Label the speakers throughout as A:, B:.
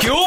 A: ¿Qué hubo,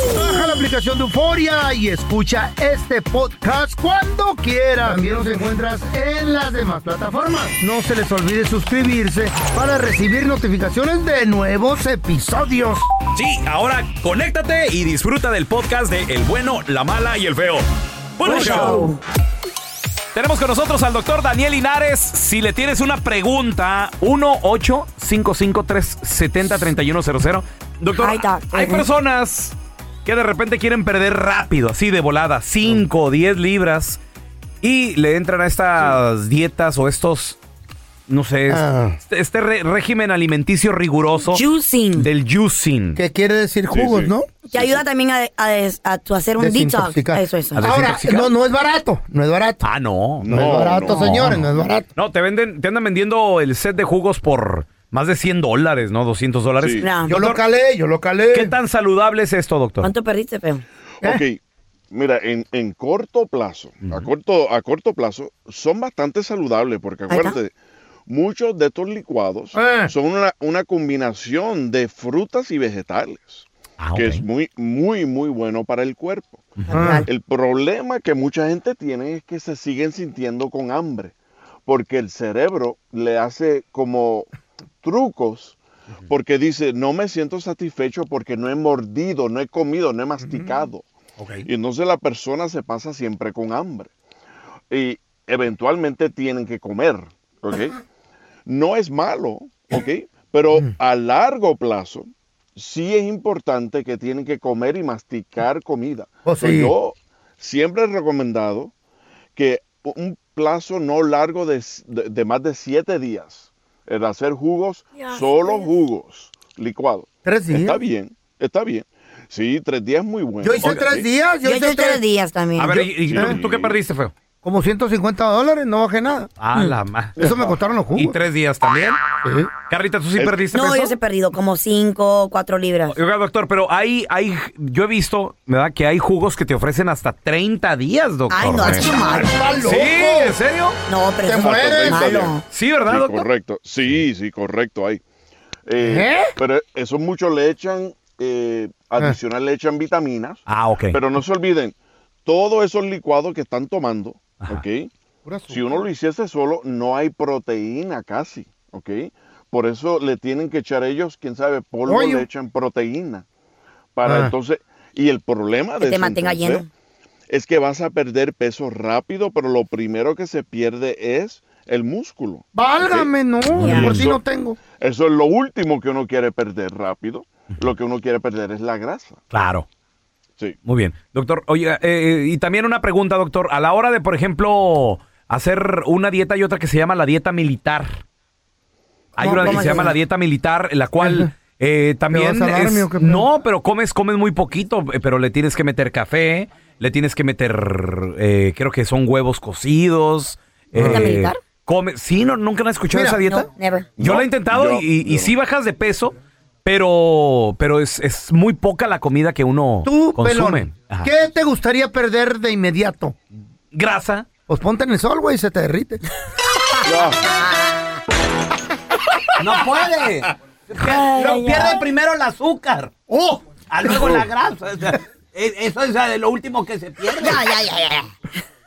B: Baja la aplicación de Euforia y escucha este podcast cuando quieras. También nos encuentras en las demás plataformas. No se les olvide suscribirse para recibir notificaciones de nuevos episodios.
A: Sí, ahora conéctate y disfruta del podcast de El bueno, la mala y el feo. Bueno,
B: Buen
A: show. Tenemos con nosotros al doctor Daniel Linares. Si le tienes una pregunta, 1-855-370-3100. Doctor,
C: Ay, doc.
A: hay
C: Ujú.
A: personas que de repente quieren perder rápido, así de volada, 5 o 10 libras, y le entran a estas dietas o estos, no sé, es-
B: Ah.
A: este, este re- régimen alimenticio riguroso
C: Juicing.
A: del juicing.
B: Que quiere decir jugos, ¿no?
C: Te ayuda también a, a des- a tu hacer un detox.
B: Desintoxicar.
C: Eso, eso.
A: A
B: Ahora,
A: desintoxicar.
B: no, no es barato. No es barato.
A: Ah, no.
B: No, es barato, señores. No. es barato.
A: No, te venden, te andan vendiendo el set de jugos por más de 100 dólares, ¿no? 200 dólares.
D: Sí.
C: No.
B: Yo lo calé, yo lo calé.
A: ¿Qué tan saludable es esto, doctor?
C: ¿Cuánto perdiste, feo?
D: Ok, mira, en, en corto plazo, a, corto, a corto plazo, son bastante saludables porque
C: está.
D: acuérdate, muchos de estos licuados
B: Eh.
D: son una, una combinación de frutas y vegetales,
A: Ah,
D: que
A: ok.
D: es muy, muy, muy bueno para el cuerpo.
B: Ah,
D: El problema que mucha gente tiene es que se siguen sintiendo con hambre, porque el cerebro le hace como trucos, porque dice, no me siento satisfecho porque no he mordido, no he comido, no he masticado.
B: ok.
D: Y entonces la persona se pasa siempre con hambre. Y eventualmente tienen que comer, ¿ok? No es malo, ¿ok? Pero a largo plazo sí es importante que tienen que comer y masticar comida.
B: Oh,
D: So,
B: sí.
D: Yo siempre he recomendado que un plazo no largo de, s- de- de más de siete días, el hacer jugos,
C: Ya,
D: solo jugos licuados.
B: Tres días.
D: Está bien, está bien. Sí, tres días es muy bueno.
B: Yo hice
D: Ok.
B: tres días. Yo,
C: Yo
B: hice
C: hice
B: tres, ¿Eh?
C: tres días también.
A: A ver, ¿y- y
D: Yo-
A: tú- tú qué perdiste, Este feo?
B: Como 150 dólares, no bajé nada.
C: Mm.
A: Ah, la ma-
B: Eso me costaron los jugos.
A: ¿Y tres días también?
B: Sí.
A: Carrita, ¿tú sí
D: Eh,
A: perdiste
C: no,
A: peso?
C: yo sí he perdido como cinco, cuatro libras.
A: Oiga, doctor, pero hay, hay, yo he visto, ¿verdad? Que hay jugos que te ofrecen hasta 30 días, doctor.
C: Ay, no, es malo.
B: Está loco.
A: ¿Sí? ¿En serio?
C: No, pero
B: Te
C: eso es
B: mueres.
C: malo.
A: Sí, ¿verdad,
D: Sí,
A: doctor?
D: correcto. Sí, sí, correcto ahí. Eh,
B: ¿Eh? Ah.
D: Pero eso muchos le echan, eh, adicional le echan vitaminas.
A: Ah, ok.
D: Pero no se olviden, todos esos licuados que están tomando, ¿ok?
B: Pura azúcar.
D: Si uno lo hiciese solo, no hay proteína casi, ¿ok? Por eso le tienen que echar ellos, quién sabe, polvo
B: Oye.
D: le echan proteína. Para
B: Ah.
D: entonces, y el problema
C: Que
D: de
C: te
D: eso,
C: mantenga
D: entonces,
C: lleno.
D: es que vas a perder peso rápido, pero lo primero que se pierde es el músculo.
B: Válgame, no,
D: Y
B: por si
D: eso-
B: no tengo.
D: Eso es lo último que uno quiere perder rápido. Lo que uno quiere perder es la grasa.
A: Claro.
D: Sí.
A: Muy bien. Doctor, oiga, eh, eh, y también una pregunta, doctor. A la hora de, por ejemplo, hacer una dieta y otra que se llama la dieta militar. Hay
B: No,
A: una que
B: ¿cómo
A: se
B: es
A: llama
B: eso?
A: la dieta militar, la cual eh, también
B: vas a dar,
A: es-
B: mío, qué pedo?
A: No, pero comes, comes muy poquito, eh, pero le tienes que meter café, le tienes que meter, eh, creo que son huevos cocidos.
C: ¿Dieta
A: eh,
C: militar?
A: Come, sí, no, nunca has escuchado esa dieta.
C: No, never.
A: Yo
C: No,
A: la he intentado
C: yo-
A: y, y sí bajas de peso, pero, pero es, es muy poca la comida que uno
B: Tú,
A: consume.
B: pelón,
A: Ajá.
B: ¿qué te gustaría perder de inmediato?
A: Grasa.
B: Pues ponte en el sol, güey, y se te derrite.
E: ¡No puede!
B: ay,
E: pierde
B: ay.
E: primero el azúcar.
B: ¡Oh!
E: A luego la grasa. o sea, e- eso es eh, lo último que se pierde.
C: Ya, ya, ya, ya.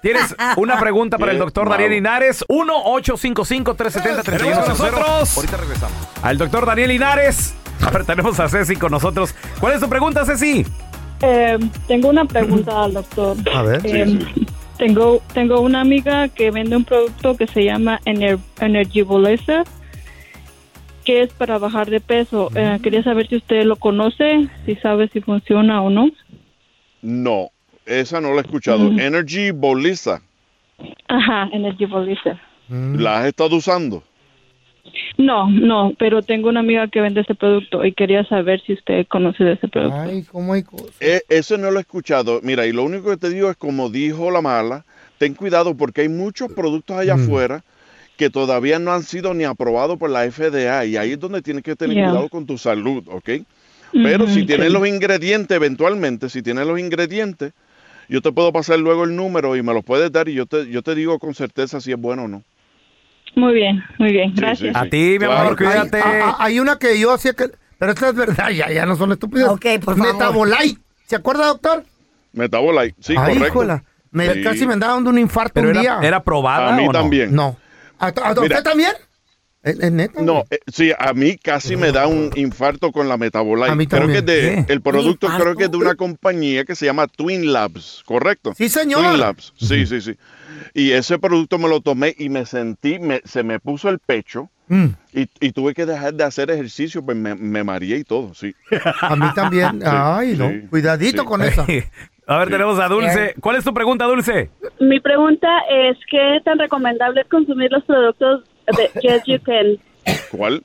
A: Tienes una pregunta para el doctor Daniel Linares. 1-855-370-3100. Ahorita regresamos. Al doctor Daniel Linares. A ver, tenemos a Ceci con nosotros. ¿Cuál es tu pregunta, Ceci?
F: Eh, tengo una pregunta al doctor.
A: A ver.
F: Eh, Tengo, tengo una amiga que vende un producto que se llama Ener- Energy Bolesa, que es para bajar de peso.
A: Mm.
F: Eh, quería saber si usted lo conoce, si sabe si funciona o no.
D: No, esa no la he escuchado. Energy Bolisa,
F: Ajá, Energy Bolesa.
D: ¿la has estado usando?
F: No, no, pero tengo una amiga que vende ese producto y quería saber si usted conoce de ese producto.
B: ¿cómo hay
D: E- eso no lo he escuchado. Mira, y lo único que te digo es como dijo la mala, ten cuidado porque hay muchos productos allá afuera que todavía no han sido ni aprobados por la FDA y ahí es donde tienes que tener
F: Yeah.
D: cuidado con tu salud, ¿ok? Pero si
F: Ujú,
D: tienes
F: sí.
D: los ingredientes, eventualmente, si tienes los ingredientes, yo te puedo pasar luego el número y me los puedes dar y yo te, yo te digo con certeza si es bueno o no.
F: Muy bien, muy bien,
D: sí,
F: gracias.
D: sí. A ti, mi amor,
B: Hay-
D: cuídate.
B: a- a- Ah, Hay una que yo hacía que... Pero esta es verdad, ya, ya no son estúpidas. Ok, por
D: favor.
B: Metabolite. ¿Se acuerda, doctor?
D: Metabolite, sí,
B: Ay,
D: correcto.
B: híjola. Me,
D: Sí.
B: Casi me andaba dando un infarto
D: Pero
B: un
D: era-
B: día.
D: ¿era probada A mí o no? también.
B: No. ¿A, a- a
D: Mira.
B: usted también? ¿Es, es neta?
D: No, eh, sí, a mí casi me da un infarto con la metabolite.
B: A mí
D: creo que
B: también.
D: es de,
B: ¿Qué?
D: el producto creo que es de una compañía que se llama Twin Labs, ¿correcto?
B: Sí, señor.
D: Twin Labs, sí, sí, sí. Y ese producto me lo tomé y me sentí, me- se me puso el pecho
B: Mm.
D: y, y tuve que dejar de hacer ejercicio, pues me, me mareé y todo, sí.
B: A mí también.
D: Sí,
B: Ay, no.
D: sí,
B: Cuidadito
D: sí.
B: con esa.
A: A ver, tenemos a Dulce. ¿Cuál es tu pregunta, Dulce?
G: Mi pregunta es, ¿qué tan recomendable es consumir los productos de Yes You Can?
D: ¿Cuál?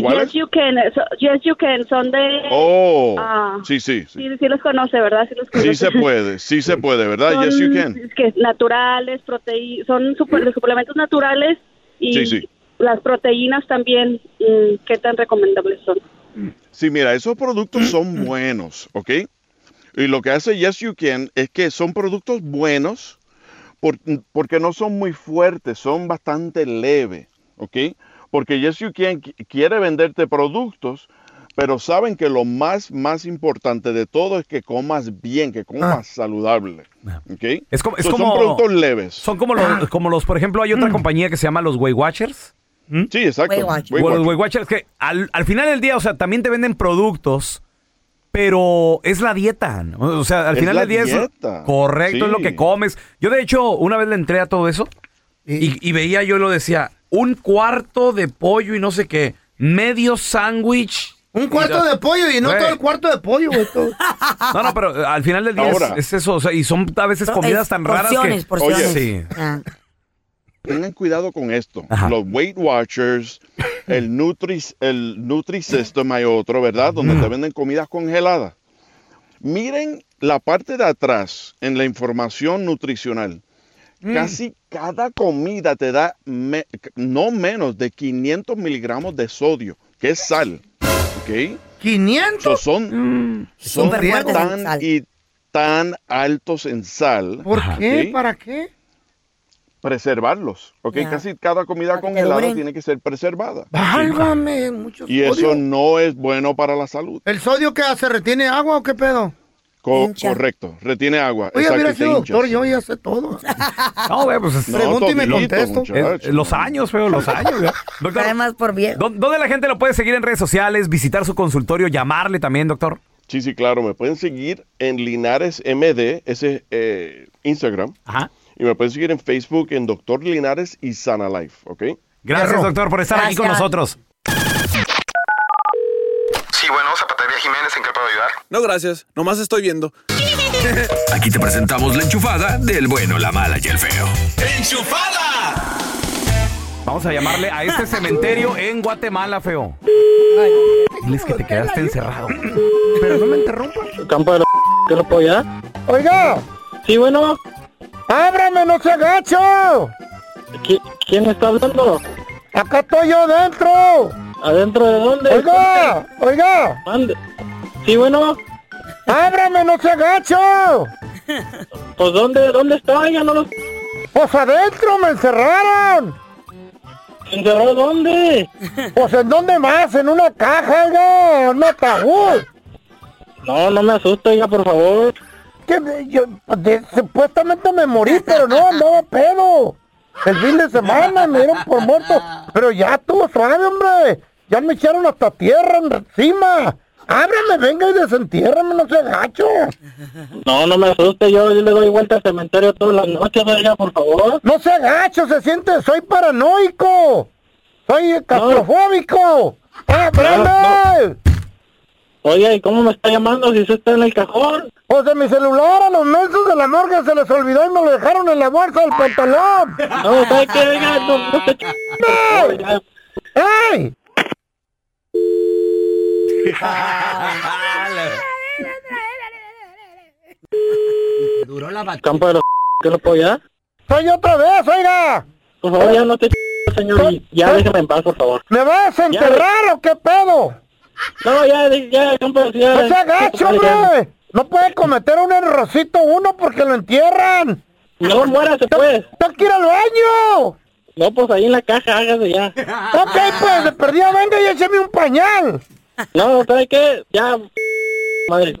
D: ¿Cuál
G: Yes
D: es?
G: You Can, eh, so- Yes You Can, son de...
D: Oh,
G: Ah,
D: sí, sí, sí.
G: sí, sí los conoce, ¿verdad? Sí los conoce.
D: Sí se puede, sí se puede, ¿verdad?
G: Son,
D: Yes, you can.
G: es que naturales, proteínas, son suple- los suplementos naturales y
D: Sí, sí.
G: las proteínas también, mm, ¿qué tan recomendables son?
D: Sí, mira, esos productos son buenos, ¿ok? Y lo que hace Yes You Can es que son productos buenos por- porque no son muy fuertes, son bastante leves, ¿ok? Porque Yes You Can qui- quiere venderte productos, pero saben que lo más, más importante de todo es que comas bien, que comas saludable, ¿ok?
A: Ah. Es como- es
D: So,
A: como-
D: son productos leves.
A: Son como
B: Ah.
A: los, como los, por ejemplo, hay otra
B: Mm.
A: compañía que se llama los Weight Watchers.
D: ¿Mm? Sí, exacto. Weight Watchers. Weight
A: Bueno, los
D: Watchers.
A: Weight Watchers que al, al final del día, o sea, también te venden productos, pero es la dieta. ¿no? O sea, al
D: Es
A: final
D: la
A: del día
D: dieta.
A: es correcto, es lo
D: Sí.
A: que comes. Yo, de hecho, una vez le entré a todo eso y, y veía, yo lo decía, un cuarto de pollo y no sé qué, medio sándwich.
B: Un cuarto de pollo y no todo el cuarto de pollo, güey. todo.
A: No, no, pero eh, al final del día es,
D: Ahora.
A: es eso. o sea, y son a veces
B: No,
A: comidas
B: es
A: tan raras
B: porciones,
A: que...
B: porciones.
A: Oye, sí.
C: Ah.
D: Tengan cuidado con esto. Los Weight Watchers, el Nutri, el Nutri System hay otro, ¿verdad? Donde te venden comidas congeladas. Miren la parte de atrás en la información nutricional.
B: Mm.
D: Casi cada comida te da me- no menos de 500 miligramos de sodio, que es sal. ¿Ok?
B: 500.
D: So, son son
B: Súper Mm. fuertes en
D: tan
B: sal.
D: y tan altos en sal.
B: ¿Por qué?
D: ¿ok?
B: ¿Para qué?
D: preservarlos. ¿ok?
B: Ya.
D: Casi cada comida
B: que te
D: congelada
B: duren.
D: tiene que ser preservada.
B: Válgame, mucho
D: Y
B: sodio.
D: eso no es bueno para la salud.
B: ¿El sodio qué hace? ¿Retiene agua o qué pedo?
D: Co-
B: Hincha.
D: correcto, retiene agua.
B: Oye,
D: exacto,
B: mira,
D: y te
B: sido
D: hinchas.
B: doctor, yo ya sé todo.
A: No, güey, pues es-
D: No, Pregunto y me Tobilito, contesto. muchacho.
A: Eh, los años, feo, los años. güey. Doctor,
C: Además, por bien.
A: ¿dó- ¿Dónde la gente lo puede seguir en redes sociales, visitar su consultorio, llamarle también, doctor?
D: Sí, sí, claro, me pueden seguir en Linares MD, ese es eh, Instagram. Y me pueden seguir en Facebook en Doctor Linares y Sana Life, ¿ok?
A: Gracias,
D: Perro.
A: doctor, por estar aquí con nosotros.
H: Sí, bueno, Zapatería Jiménez, ¿en qué puedo ayudar?
I: No, gracias. Nomás estoy viendo.
J: Aquí te presentamos la enchufada del bueno, la mala y el feo.
A: ¡Enchufada! Vamos a llamarle a este cementerio en Guatemala, feo. Diles que te quedaste encerrado.
B: Pero no me interrumpa.
K: Campo de la ¿qué lo puedo ya?
B: Oiga.
K: Sí, bueno.
B: ¡Ábrame, no se agacho!
K: ¿Quién está hablando?
B: ¡Acá estoy yo dentro!
K: ¿Adentro de dónde?
B: ¡Oiga! ¡Oiga!
K: Sí, bueno.
B: ¡Ábrame, no se agacho!
K: Pues dónde, dónde está, ya no lo.
B: ¡Pues adentro me encerraron!
K: ¿Encerró dónde?
B: Pues en dónde más, en una caja, oiga, en un ataúd.
K: No, no me asusta, oiga, por favor.
B: Que me- yo de- supuestamente me morí, pero no andaba pedo. El fin de semana me dieron por muerto, pero ya estuvo suave, hombre. Ya me echaron hasta tierra encima. Ábrame, venga y desentiérrame, no se gacho.
K: No, no me asuste, yo, yo le doy vuelta al cementerio todas las noches, oiga, por favor.
B: No se gacho, se siente, soy paranoico. Soy castrofóbico. ¡Ah, ¡Ábrame!
K: Oye, ¿y cómo me está llamando si usted está en el cajón?
B: Pues de mi celular a los mensos de la morgue se les olvidó y me lo dejaron en la bolsa del pantalón.
K: No, ¿sabe qué? Oiga, no, no se...
B: ¡Ey!
C: Duró la batalla.
K: Campo de los ¿qué lo puedo ya?
B: ¡Soy otra vez, oiga!
K: Por favor, ya no te ch... señor. y Ya déjeme en paz, por favor.
B: ¿Me vas a enterrar o qué pedo?
K: No, ya, ya, campo, ya.
B: ¡No se agacho, hombre! No puede cometer un errorcito uno porque lo entierran.
K: No, muérase, pues.
B: ¡Tengo que ir al baño!
K: No, pues ahí en la caja, hágase ya.
B: Ok, pues, de perdida, venga y écheme un pañal.
K: No, ¿sabe qué? Ya, madre.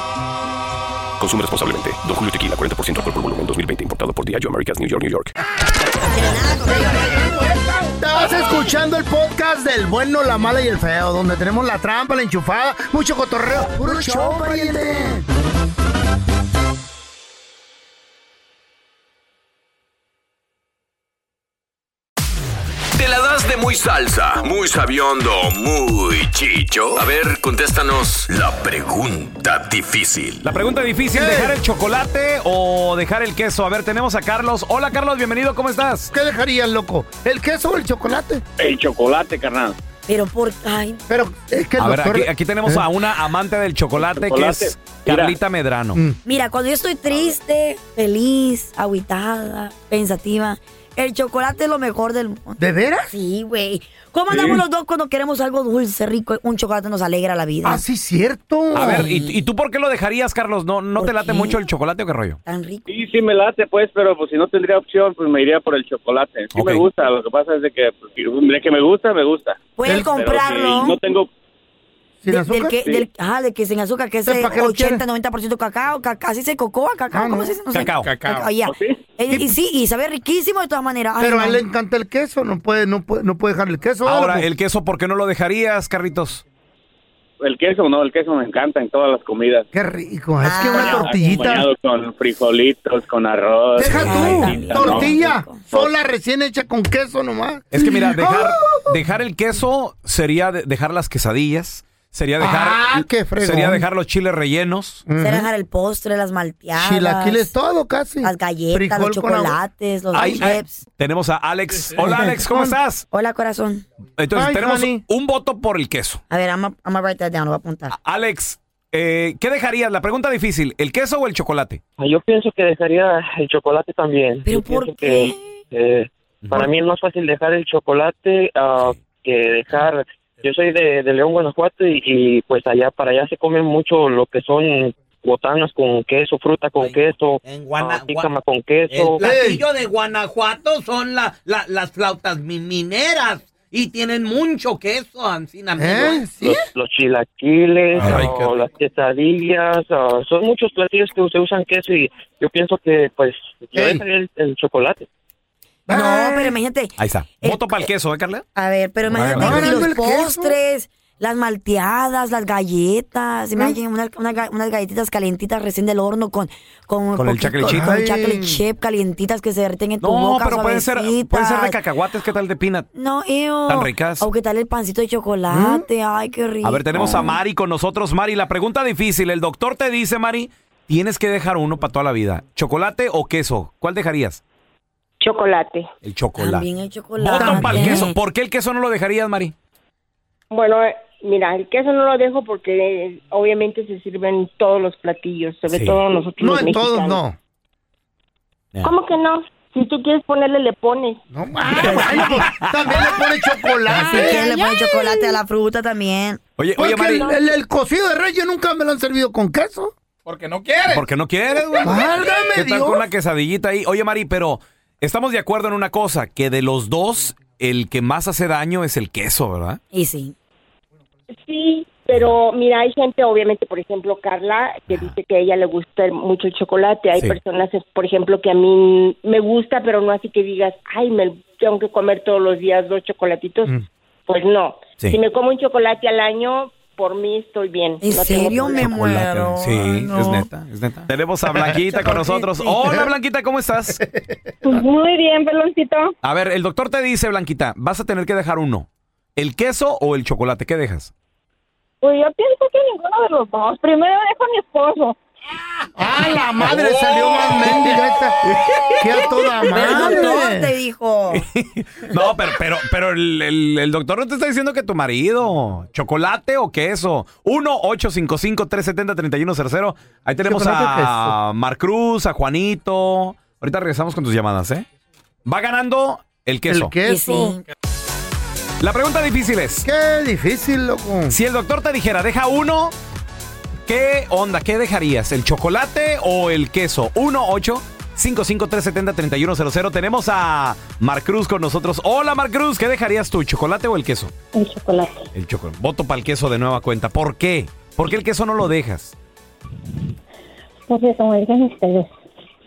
L: Consume responsablemente. Don Julio Tequila 40% alcohol por volumen 2020 importado por Diageo Americas New York New York.
B: Estás escuchando el podcast del bueno, la mala y el feo, donde tenemos la trampa, la enchufada, mucho cotorreo. ¡Puro show, pariente!
J: ¿Te la das de muy salsa, muy sabiondo, muy chicho? A ver, contéstanos la pregunta difícil.
A: La pregunta difícil, ¿dejar el chocolate o dejar el queso? A ver, tenemos a Carlos. Hola, Carlos, bienvenido, ¿cómo estás?
B: ¿Qué dejarías, loco? ¿El queso o el chocolate?
M: El chocolate, carnal.
C: Pero por... Ay.
B: Pero es que el
A: A ver,
B: doctor-
A: aquí, aquí tenemos
B: ¿Eh?
A: a una amante del chocolate, que
B: Chocolate.
A: es
B: Mira.
A: Carlita Medrano.
B: Mm.
C: Mira, cuando yo estoy triste, feliz, aguitada, pensativa, el chocolate es lo mejor del mundo.
B: ¿De veras?
C: Sí, güey. ¿Cómo andamos los dos cuando queremos algo dulce, rico? Un chocolate nos alegra la vida.
B: Ah, sí, cierto.
A: A ver, ¿y, y tú por qué lo dejarías, Carlos? ¿No, no te late mucho el chocolate o qué rollo?
C: Tan rico.
M: Sí, sí me late, pues, pero pues si no tendría opción, pues me iría por el chocolate. Sí me gusta, lo que pasa es de que, pues, de que me gusta, me gusta.
C: Puedes
M: Pero
C: comprarlo.
M: si no tengo...
B: ¿Sin
C: de-
B: azúcar?
C: Del que,
B: Sí.
C: del- ajá, de que sin azúcar, que es
B: Entonces,
C: eh,
B: ¿para qué lo Ah,
C: 80, 90% cacao, cacao, así se cocoa, cacao, ¿cómo se dice? No sé.
B: Cacao. Cacao.
C: ya.
B: ¿Ok?
C: Eh, Y, sí, y sabe riquísimo de todas maneras. Ay,
B: Pero a él
C: no.
B: le encanta el queso, no puede, no puede, no puede dejar el queso.
A: Ahora,
C: pues.
B: loco.
A: el queso, ¿por qué no lo dejarías, Carritos?
M: El queso, no, el queso me encanta en todas las comidas. Ah,
B: Qué rico, es que una tortillita.
M: Acompañado con frijolitos, con arroz.
B: Deja
M: con
B: tú,
M: salsita, ¿no?
B: Tortilla, sola recién hecha con queso nomás.
A: Es que mira, dejar, dejar el queso sería de- dejar las quesadillas, sería dejar,
C: Ah, qué fregón.
A: sería dejar los chiles rellenos.
C: Se dejar el postre, las malteadas.
A: Chilaquiles,
B: todo casi.
C: Las galletas,
A: Frijol
C: los
A: con agua.
C: chocolates, los
A: Ay, ay,
C: chips.
A: tenemos a Alex. Hola, Alex, ¿cómo estás?
C: Hola, corazón.
A: Entonces,
C: Ay,
A: tenemos
C: honey.
A: un voto por el queso.
C: A ver, I'm gonna I'm gonna write that down, lo voy a apuntar.
A: Alex, eh, ¿qué dejarías? La pregunta difícil, ¿el queso o el chocolate?
K: Yo pienso que dejaría el chocolate también. ¿Pero por qué? eh, para mí es más fácil dejar el chocolate ah, que dejar... Yo soy de, de León, Guanajuato, y, y, pues allá para allá se comen mucho lo que son botanas con queso, fruta con queso, ah, jícama con queso.
E: El platillo de Guanajuato son la- la- las flautas mi- mineras y tienen mucho queso, Ancina.
A: ¿Eh?
E: amigo.
K: Los, los chilaquiles, o las quesadillas, o- son muchos platillos que se usan queso y yo pienso que pues yo dejaría el, el chocolate.
A: Ah,
C: No, pero imagínate,
A: Ahí está. Voto para el queso, ¿eh, Carla?
C: a ver, pero
A: Ahora,
C: imagínate
A: ahora,
C: los postres, las malteadas, las
A: Ah.
C: galletas, imagínate una- una ga- unas galletitas calientitas recién del horno con... Con,
A: Con el
C: poquito-
A: chocolate chip.
C: Con
A: Ay.
C: el chocolate chip, calientitas que se derriten en tu
A: No,
C: boca,
A: pero pueden ser, pueden ser de
C: suavecitas.
A: cacahuates, ¿qué tal de peanut?
C: No, ew.
A: Tan ricas. ¿Mm?
C: O qué tal el pancito de chocolate, ay, qué rico.
A: A ver, tenemos a Mari con nosotros. Mari, la pregunta difícil. El doctor te dice, Mari, tienes que dejar uno para toda la vida. ¿Chocolate o queso? ¿Cuál dejarías?
N: Chocolate.
A: El chocolate.
C: Bien el chocolate.
A: Voto para el queso. ¿Por qué el queso no lo dejarías, Mari?
N: Bueno, eh, mira, el queso no lo dejo porque eh, obviamente se sirven todos los platillos, sobre
A: Sí.
N: todo nosotros
B: No,
N: los
B: en todos
N: mexicanos.
B: no.
N: ¿Cómo que no? Si tú quieres ponerle, le pones.
B: No pues, También le pone chocolate.
C: ¿Quién le pone chocolate a la fruta también?
A: Oye,
B: Porque
A: oye, Mari.
B: el, el- el cocido de rey yo nunca me lo han servido con queso.
A: Porque no quieres. Porque no quieres, güey.
B: Válgame
A: ¿Qué tal
B: Dios.
A: con una quesadillita ahí? Oye, Mari, pero estamos de acuerdo en una cosa, que de los dos, el que más hace daño es el queso, ¿verdad?
C: Y sí.
N: Sí, pero mira, hay gente, obviamente, por ejemplo, Carla, que dice que a ella le gusta el- mucho el chocolate. Hay
A: Sí.
N: personas, es- por ejemplo, que a mí me gusta, pero no así que digas, ay, me tengo que comer todos los días dos chocolatitos.
B: Mm.
N: Pues no.
A: Sí.
N: Si me como un chocolate al año, por mí estoy bien.
C: ¿En serio? Me
A: Chocolate. Sí, es neta, es neta. Tenemos a Blanquita con nosotros. Hola, Blanquita, ¿cómo estás?
N: Pues
G: Muy bien, peloncito.
A: A ver, el doctor te dice, Blanquita, vas a tener que dejar uno. ¿El queso o el chocolate? ¿Qué dejas?
G: Pues yo pienso que ninguno de los dos. Primero dejo a mi esposo.
B: ¡Ah, la madre! Salió más mendiga esta. ¡Qué a toda
C: doctor te
B: madre!
C: dijo.
A: No, pero, pero, pero el, el- el doctor no te está diciendo que tu marido. ¿Chocolate o queso? 1-855-370-3100. Ahí tenemos
B: Chocolate o
A: a Marcruz, a Juanito. Ahorita regresamos con tus llamadas, ¿eh? Va ganando el queso.
B: El queso.
A: La pregunta difícil es.
B: Qué difícil, loco.
A: Si el doctor te dijera, deja uno, ¿qué onda? ¿Qué dejarías? ¿El chocolate o el queso? 1 8 3100 Tenemos a Marcruz con nosotros. Hola Marcruz, ¿qué dejarías tú? ¿Chocolate o el queso?
G: El chocolate.
A: El chocolate. Voto para el queso de nueva cuenta. ¿Por qué? ¿Por qué el queso no lo dejas?
G: Porque como dicen ustedes,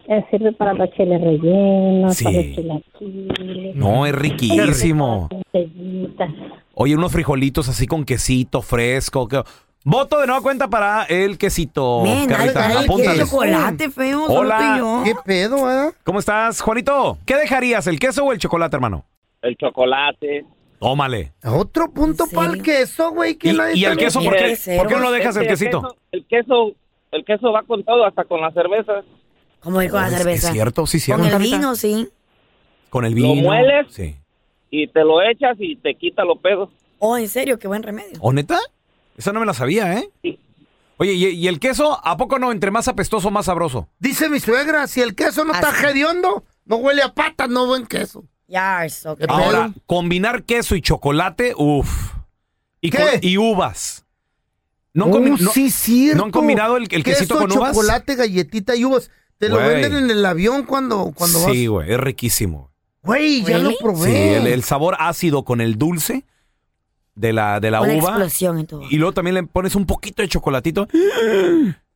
G: eh, sirve para los chiles rellenos, para los chilaquiles.
A: No, es riquísimo.
G: quesadillitas.
A: Oye, unos frijolitos así con quesito fresco. que- Voto de nueva cuenta para el quesito.
C: Men,
A: Carlita,
C: algo- algo de
A: apúntale.
C: chocolate feo,
A: Hola.
C: solo tú y yo.
B: pedo, eh?
A: ¿Cómo estás, Juanito? ¿Qué dejarías, el queso o el chocolate, hermano?
M: El chocolate.
A: Tómale.
B: Otro punto para el queso, güey. que
A: ¿Y-
B: nadie
A: y el
B: sabe.
A: queso por qué? ¿Por qué no lo dejas el
M: Eh, Es que
A: quesito?
M: El queso, el queso va con todo, hasta con la cerveza.
C: ¿Cómo ir con la
A: Es- es
C: cerveza?
A: cierto, sí, cierto,
C: Con el
A: Carlita.
C: vino, sí.
A: Con el vino.
M: mueles?
A: Sí.
M: Y te lo echas y te quita los pedos.
C: Oh, en serio, qué buen remedio.
A: ¿O neta? Esa no me la sabía, ¿eh? Oye, ¿y, y el queso? ¿A poco no? Entre más apestoso, más sabroso.
B: Dice mi suegra, si el queso no está hediondo, no huele a patas, no buen queso.
C: Yars, ok.
A: Ahora, combinar queso y chocolate, uff. Y,
B: ¿Qué?
A: co- y uvas. han
B: Oh,
A: combi-
B: sí, cierto.
A: ¿No han combinado el, el quesito
B: Queso,
A: con uvas?
B: chocolate, galletita y uvas. Te lo
A: Güey.
B: venden en el avión cuando, cuando vas.
A: Sí, güey, es riquísimo.
B: Güey, ya lo
A: Sí,
B: probé.
A: el, el sabor ácido con el dulce. de la, de la
C: Una
A: uva.
C: explosión en tu boca.
A: Y luego también le pones un poquito de chocolatito.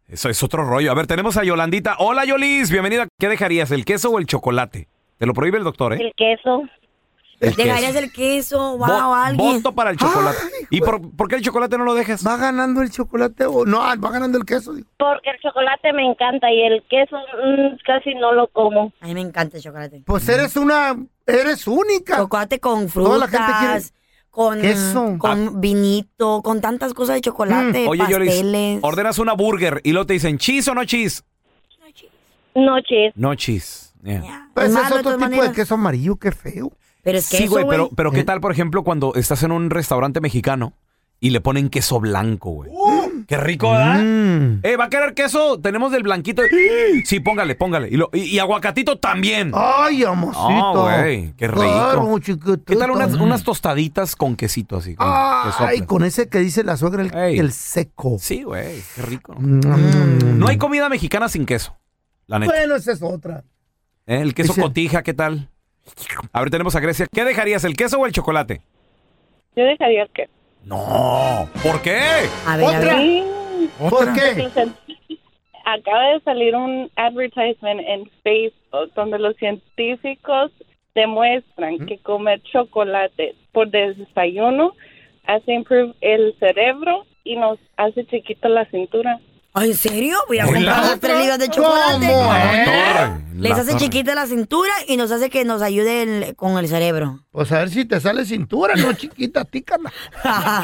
A: Eso es otro rollo. A ver, tenemos a Yolandita. Hola, Yolis. Bienvenida. ¿Qué dejarías, el queso o el chocolate? Te lo prohíbe el doctor, ¿eh?
N: El queso.
A: El
C: Dejarías
A: queso.
C: el queso, wow,
A: Vo-
C: alguien.
A: Voto para el chocolate. ¿Y por, por qué el chocolate no lo dejas?
B: ¿Va ganando el chocolate o no? ah, ¿Va ganando el queso? digo.
N: Porque el chocolate me encanta y el queso mm, casi no lo como.
C: A mí me encanta el chocolate.
B: Pues eres una, eres única.
C: Chocolate con
B: Toda la gente quiere-
C: frutas, con,
A: Queso.
C: con vinito, con tantas cosas de chocolate,
A: Mm. Oye, Yolis,
C: pasteles.
A: ordenas una burger y luego te dicen, ¿cheese o no cheese?
N: No, cheese.
A: No cheese. Yeah.
B: Pues
C: malo,
B: es
C: de
B: otro
C: todas
B: tipo de
C: maneras.
B: queso amarillo, qué feo.
C: Pero es que
A: Sí,
C: eso,
A: güey, pero,
C: güey.
A: pero ¿qué tal, por ejemplo, cuando estás en un restaurante mexicano y le ponen queso blanco, güey? ¡Qué rico, ¿verdad?
B: Mm.
A: Eh, ¿va a querer queso? Tenemos del blanquito. Sí, póngale, póngale. Y, lo- y- y aguacatito también.
B: Ay, amorcito.
A: Ah, güey, qué rico.
B: Claro, chiquitito.
A: ¿Qué tal unas, unas tostaditas con quesito así? Con, que
B: Ay,
A: sopla?
B: con ese que dice la suegra, el,
A: Ey.
B: el seco.
A: Sí, güey, qué rico.
B: Mm.
A: No hay comida mexicana sin queso, la neta.
B: Bueno, esa es otra.
A: Eh, El queso
B: Ese-
A: cotija, ¿qué tal? A ver, tenemos a Grecia. ¿Qué dejarías, el queso o el chocolate?
G: Yo dejaría el queso.
A: No. ¿Por qué?
C: A
G: ver,
A: a ver. ¿Por qué?
G: Acaba de salir un advertisement en Facebook donde los científicos demuestran que comer chocolate por desayuno hace improve el cerebro y nos hace chiquito la cintura.
C: Ay, ¿Ah, ¿en serio? Voy a
G: ¿En la
C: comprar las
G: otra?
C: tres libras de chocolate.
B: ¿Eh?
C: Les hace chiquita la cintura y nos hace que nos ayude el- con el cerebro.
B: Pues a ver si te sale cintura, no chiquita, tícala.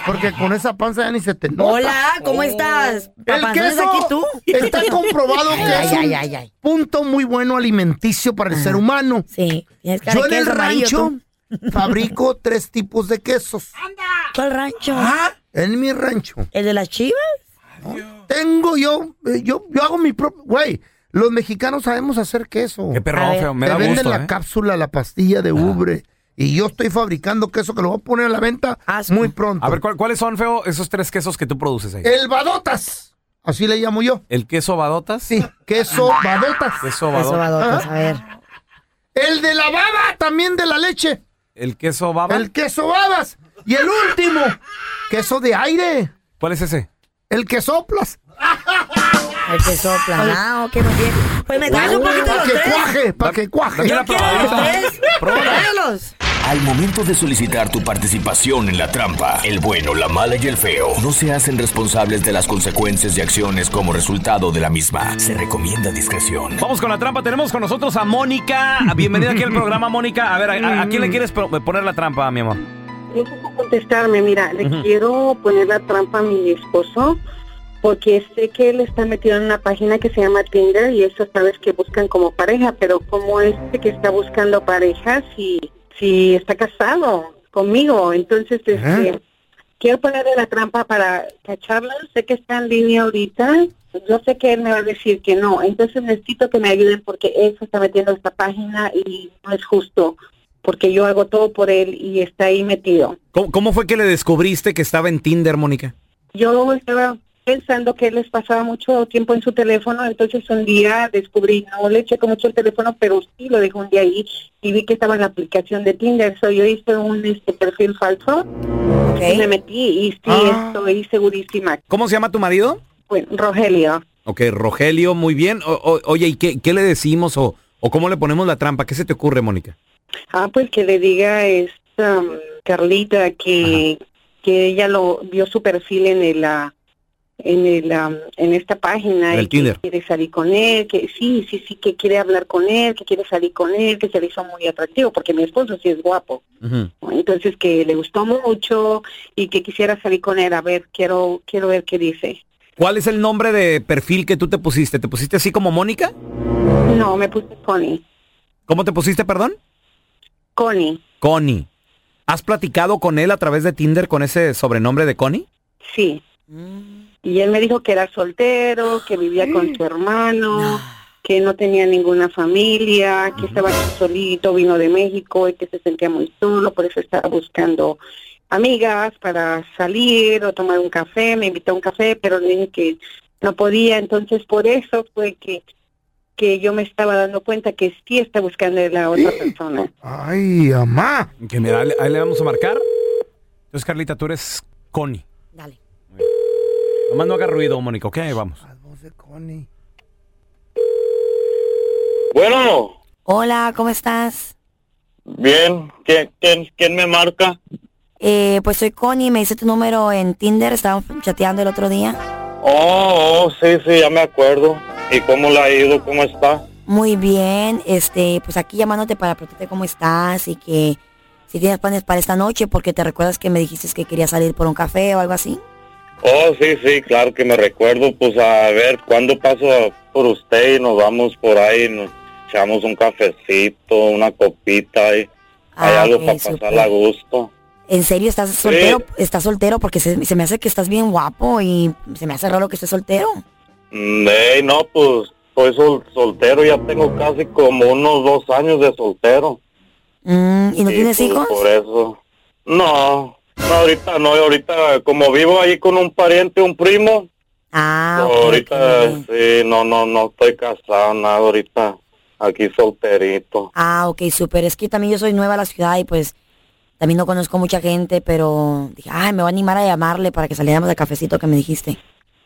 B: Porque con esa panza ya ni se te nota.
C: Hola, ¿cómo
B: Oh.
C: estás?
B: El
C: Papanzones
B: queso
C: aquí tú?
B: está comprobado que
C: Ay, ay,
B: es un
C: ay, ay, ay.
B: punto muy bueno alimenticio para el ser humano.
C: Sí. cara
B: Yo
C: de
B: en el
C: queso amarillo,
B: rancho fabrico tres tipos de quesos. Ah,
C: ¿Cuál rancho?
B: En mi rancho.
C: ¿El de las chivas?
B: Tengo yo, eh, yo, yo hago mi propio, güey. Los mexicanos sabemos hacer queso. Qué
A: perrón, A ver. feo, me
B: Te
A: da
B: venden
A: gusto,
B: la
A: ¿eh? Ah.
B: cápsula, la pastilla de ubre. Y yo estoy fabricando queso que lo voy a poner a la venta muy pronto.
A: A ver, ¿cuál- ¿cuáles son, feo, esos tres quesos que tú produces ahí?
B: El badotas. Así le llamo yo.
A: ¿El queso badotas?
B: Sí, queso badotas.
A: Queso badotas. Queso badotas,
B: a ver. El de la baba, también de la leche.
A: ¿El queso baba?
B: El queso babas. Y el último, queso de aire.
A: ¿Cuál es ese?
B: El que soplas.
C: El que sopla. Ah, ok, muy bien. Pues me traes un poquito de
B: Para
C: los
B: que
C: tres.
B: cuaje, para que cuaje.
J: dame una probadita.
C: Tráelos.
J: Al momento de solicitar tu participación en la trampa, el bueno, la mala y el feo no se hacen responsables de las consecuencias y acciones como resultado de la misma. Se recomienda discreción.
A: Vamos con la trampa. Tenemos con nosotros a Mónica. Bienvenida aquí al programa, Mónica. A ver, ¿a, a- a quién
B: Mm.
A: le quieres pro- poner la trampa, mi amor?
G: No puedo contestarme, mira, le
A: Ujú.
G: quiero poner la trampa a mi esposo porque sé que él está metido en una página que se llama Tinder y eso sabes que buscan como pareja, pero como este que está buscando pareja si, si está casado conmigo, entonces este, quiero ponerle la trampa para cacharlo, sé que está en línea ahorita, yo sé que él me va a decir que no, entonces necesito que me ayuden porque él se está metiendo en esta página y no es justo porque yo hago todo por él y está ahí metido.
A: ¿Cómo, fue que le descubriste que estaba en Tinder, Mónica?
G: Yo estaba pensando que él les pasaba mucho tiempo en su teléfono, entonces un día descubrí, no le checo mucho el teléfono, pero sí lo dejé un día ahí y vi que estaba en la aplicación de Tinder, so yo hice un este perfil falso, y me metí y sí, estoy segurísima.
A: Ah. ¿Cómo se llama tu marido?
G: Bueno, Rogelio.
A: Ok, Rogelio, muy bien. O- o- oye, ¿y qué, qué le decimos o, o cómo le ponemos la trampa? ¿Qué se te ocurre, Mónica?
G: Ah, pues que le diga esta mm, Carlita que, que ella lo vio su perfil en el ah, en el am, en esta página
A: En el
G: y que
A: Tinder.
G: quiere salir con él, que sí, sí, sí, que quiere hablar con él, que quiere salir con él, que se le hizo muy atractivo porque mi esposo sí es guapo. Entonces que le gustó mucho y que quisiera salir con él, a ver, quiero quiero ver qué dice.
A: ¿Cuál es el nombre de perfil que tú te pusiste? ¿Te pusiste así como Mónica?
G: No, me puse Connie.
A: ¿Cómo te pusiste, perdón?
G: Connie.
A: Connie. ¿Has platicado con él a través de Tinder con ese sobrenombre de Connie?
G: Sí. Y él me dijo que era soltero, que vivía con su hermano, que no tenía ninguna familia, que estaba solito, vino de México y que se sentía muy solo, por eso estaba buscando amigas para salir o tomar un café. Me invitó a un café, pero le dije que no podía, entonces por eso fue que que yo me estaba dando cuenta que sí está buscando a la otra persona.
B: Ay, amá.
A: Que mira, ahí le- ahí le vamos a marcar. Entonces, Carlita, tú eres Connie.
C: Dale.
A: Nomás no haga ruido, Mónica, ¿ok? Vamos.
O: Bueno,
C: Hola, ¿cómo estás?
O: bien. ¿Quién, quién, quién me marca?
C: Eh, pues soy Connie, me hice tu número en Tinder, estábamos chateando el otro día.
O: Oh, oh, sí, sí, ya me acuerdo. ¿Y cómo le ha ido? ¿Cómo está?
C: Muy bien, este, pues aquí llamándote para preguntarte cómo estás y que si tienes planes para esta noche, porque te recuerdas que me dijiste que querías salir por un café o algo así.
O: Oh, sí, sí, claro que me recuerdo. Pues a ver, ¿cuándo paso por usted y nos vamos por ahí? Nos echamos un cafecito, una copita y hay
C: Ah,
O: algo
C: ok,
O: para pasar
C: súper.
O: a gusto.
C: ¿En serio estás soltero? ¿Estás soltero? Porque se, se me hace que estás bien guapo y se me hace raro que estés soltero.
O: Mm, ey, no, pues soy sol- soltero, ya tengo casi como unos dos años de soltero.
C: Mm, ¿Y no
O: Sí,
C: tienes
O: pues,
C: hijos?
O: Por eso. No, no, ahorita no, ahorita como vivo ahí con un pariente, un primo,
C: Ah, ok,
O: ahorita
C: ok.
O: sí, no, no, no estoy casado, nada, ahorita aquí solterito.
C: Ah, ok, súper. Es que también yo soy nueva a la ciudad y pues también no conozco mucha gente, pero dije, ay, me va a animar a llamarle para que saliéramos del cafecito que me dijiste.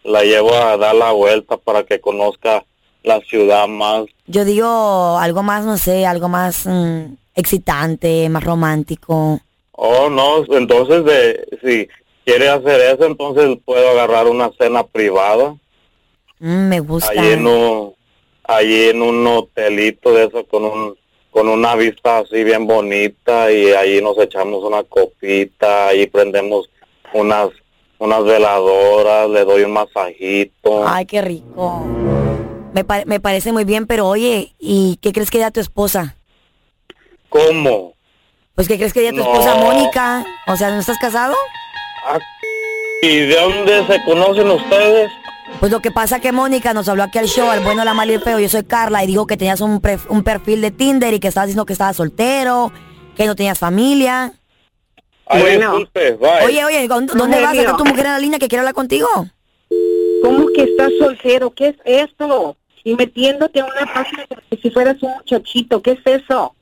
O: La llevo a dar la vuelta para que conozca la ciudad más.
C: Yo digo algo más, no sé, algo más mm, excitante, más romántico.
O: Oh, no, entonces de, si quiere hacer eso, entonces puedo agarrar una cena privada.
C: Mm, me gusta.
O: allí en un allí en un hotelito de eso con un con una vista así bien bonita y allí nos echamos una copita y prendemos unas unas veladoras le doy un masajito
C: Ay, qué rico. Me, pa- me parece muy bien, pero oye, ¿y qué crees que da tu esposa?
O: cómo
C: Pues, ¿qué crees que da tu
O: No.
C: esposa Mónica? O sea, ¿no estás casado?
O: y de dónde se conocen ustedes
C: Pues lo que pasa que Mónica nos habló aquí al show, al bueno, la mala y el feo. Yo soy Carla y dijo que tenías un, pref- un perfil de Tinder y que estabas diciendo que estabas soltero, que no tenías familia.
O: Ay,
C: Bueno.
O: disculpe, bye.
C: Oye, oye, ¿dó- ¿dónde vas? ¿Está tu mujer en la línea que quiere hablar contigo?
G: ¿Cómo que estás soltero? ¿Qué es esto? Y metiéndote a una página como si fueras un muchachito, ¿qué es eso?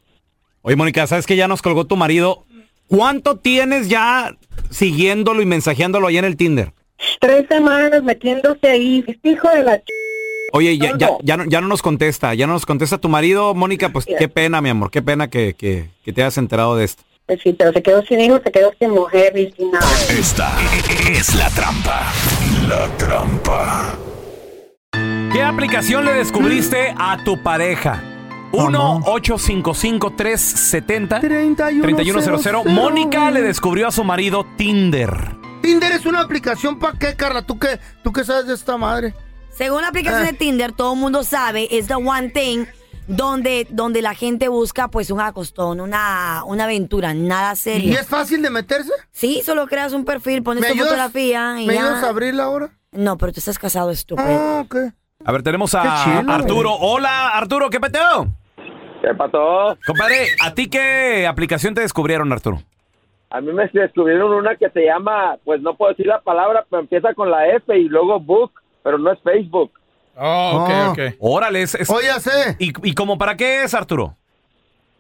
A: Oye, Mónica, ¿sabes que ya nos colgó tu marido? ¿Cuánto tienes ya siguiéndolo y mensajeándolo ahí en el Tinder?
G: Tres semanas metiéndose ahí, este hijo de la ch...
A: Oye, ya, ya, ya, no, ya no nos contesta, ya no nos contesta tu marido, Mónica, pues qué pena, mi amor, qué pena que, que- que te hayas enterado de esto.
G: Pues sí, pero se quedó sin hijo, se quedó sin mujer y sin nada.
J: Esta es la trampa. La trampa.
A: ¿Qué aplicación le descubriste
C: Mm.
A: a tu pareja? 1-855-370-3100. Mónica le descubrió a su marido Tinder.
B: Tinder es una aplicación para qué, Carla? ¿Tú qué, ¿Tú qué sabes de esta madre? Eh.
C: Según la aplicación de Tinder, todo el mundo sabe, es the one thing donde, donde la gente busca pues un acostón, una, una aventura, nada serio.
B: ¿Y es fácil de meterse?
C: Sí, solo creas un perfil, pones
B: ¿Me
C: tu
B: ayudas-
C: fotografía y
B: ¿Me
C: ya.
B: ayudas a abrirla ahora? Ah,
C: No, pero tú estás casado, estúpido.
A: A ver, tenemos
C: Qué
A: a
C: chilo,
A: Arturo. Hola, Arturo, ¿qué peteo?
P: ¿Qué pató?
A: Compadre, ¿a ti qué aplicación te descubrieron, Arturo?
P: A mí me descubrieron una que se llama, pues no puedo decir la palabra, pero empieza con la F y luego book, pero no es Facebook.
A: Ah, Órale, es... es-
P: Oye, sé.
A: ¿Y, ¿Y como para qué es, Arturo?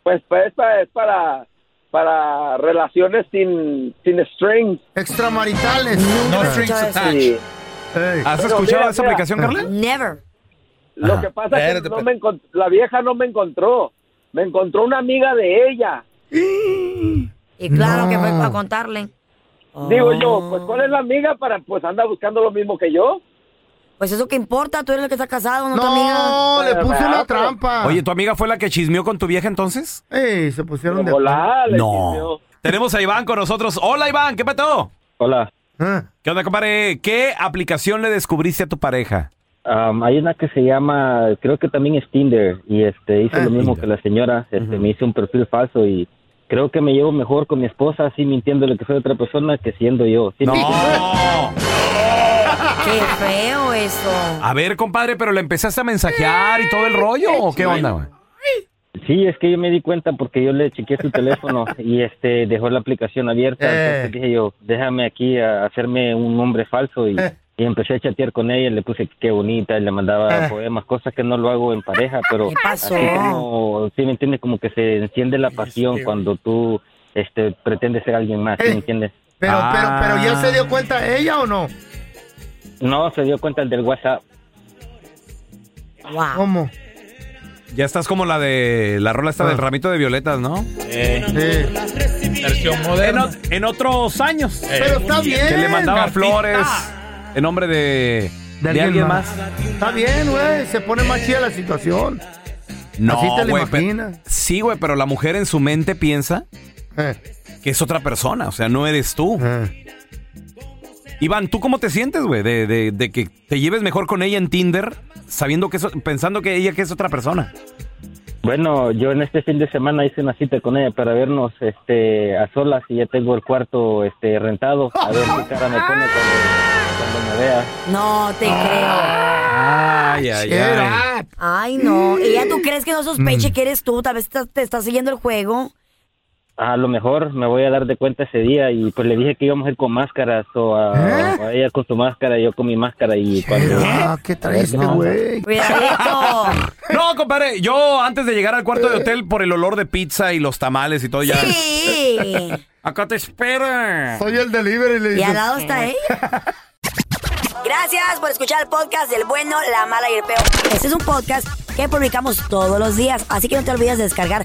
P: Pues, pues, es para, es para, para relaciones sin, sin strings.
B: Extramaritales.
P: No
B: strings attached.
A: ¿Has
P: Pero
A: escuchado
P: mira,
A: esa
P: mira.
A: aplicación, Carla?
C: Never.
P: Lo
A: Ajá.
P: que pasa es
A: Espérate,
P: que no me encon- la vieja no me encontró. Me encontró una amiga de ella.
C: Y claro que fue para contarle.
P: Digo
C: Oh.
P: yo, pues ¿cuál es la amiga para pues anda buscando lo mismo que yo?
C: Pues eso que importa, tú eres el que está casado, no, tu
P: No,
C: amiga.
P: le puso una
C: Ah.
P: trampa.
A: Oye, ¿tu amiga fue la que chismeó con tu vieja entonces?
B: Ey, se pusieron
A: de No. Tenemos a Iván con nosotros. Hola, Iván, ¿qué peteo?
Q: Hola.
A: ¿Qué onda, compadre? ¿Qué aplicación le descubriste a tu pareja?
Q: Am, Um, hay una que se llama, creo que también es Tinder y este
B: Ah,
Q: hice lo mismo que la señora, este me hice un perfil falso y creo que me llevo mejor con mi esposa así mintiendo lo que soy otra persona que siendo yo. Sí, sí.
C: Qué feo eso.
A: A ver, compadre, pero le empezaste a mensajear y todo el rollo o qué onda, güey?
Q: Sí, es que yo me di cuenta porque yo le chequeé su teléfono y este dejó la aplicación abierta.
A: Eh.
Q: Entonces dije yo, déjame aquí a hacerme un nombre falso
A: Eh.
Q: y, y empecé a chatear con ella. Le puse que qué bonita y le
A: Eh.
Q: mandaba poemas, cosas que no lo hago en pareja, pero
C: pasó?
Q: así como, sí me
A: Eh,
Q: entiendes, como que se enciende la pasión cuando tú este pretendes ser alguien más, ¿sí me entiendes?
B: Pero, pero, pero ya se dio cuenta ella o no?
Q: No, se dio cuenta el del WhatsApp.
B: ¿Cómo?
A: Ya estás como la de la rola esta del ramito de violetas, ¿no?
R: Versión moderna.
A: En, otros años.
B: Pero está bien.
A: Que le mandaba
B: Artista.
A: flores en nombre de, de, alguien, más.
B: Está bien, güey. Se pone más chida la situación.
A: No,
B: Así te la
A: güey, pe-
B: imaginas. Eh.
A: sí, güey, pero la mujer en su mente piensa que es otra persona, o sea, no eres tú. Iván, ¿tú cómo te sientes, güey, de, de- de que te lleves mejor con ella en Tinder, sabiendo que eso, pensando que ella que es otra persona?
Q: Bueno, yo en este fin de semana hice una cita con ella para vernos este, a solas y ya tengo el cuarto este, rentado. A ver qué cara me pone cuando, cuando me vea.
C: No te
Q: Ah.
A: Ay,
C: ay, creo. Ay, no. Ella, ¿tú crees que no sospeche que eres tú? Tal vez te, te está siguiendo el juego.
Q: A lo mejor me voy a dar de cuenta ese día y pues le dije que íbamos a ir con máscaras o a, o a ella con su máscara y yo con mi máscara y cuando...
B: ¿Qué traes,
A: Ah.
B: güey? Eh.
A: No, compadre, yo antes de llegar al cuarto de hotel por el olor de pizza y los tamales y todo ya. Acá te espera.
B: Soy el delivery. Le
C: Y al lado está ella. Gracias por escuchar el podcast del bueno, la mala y el peor. Este es un podcast que publicamos todos los días, así que no te olvides de descargar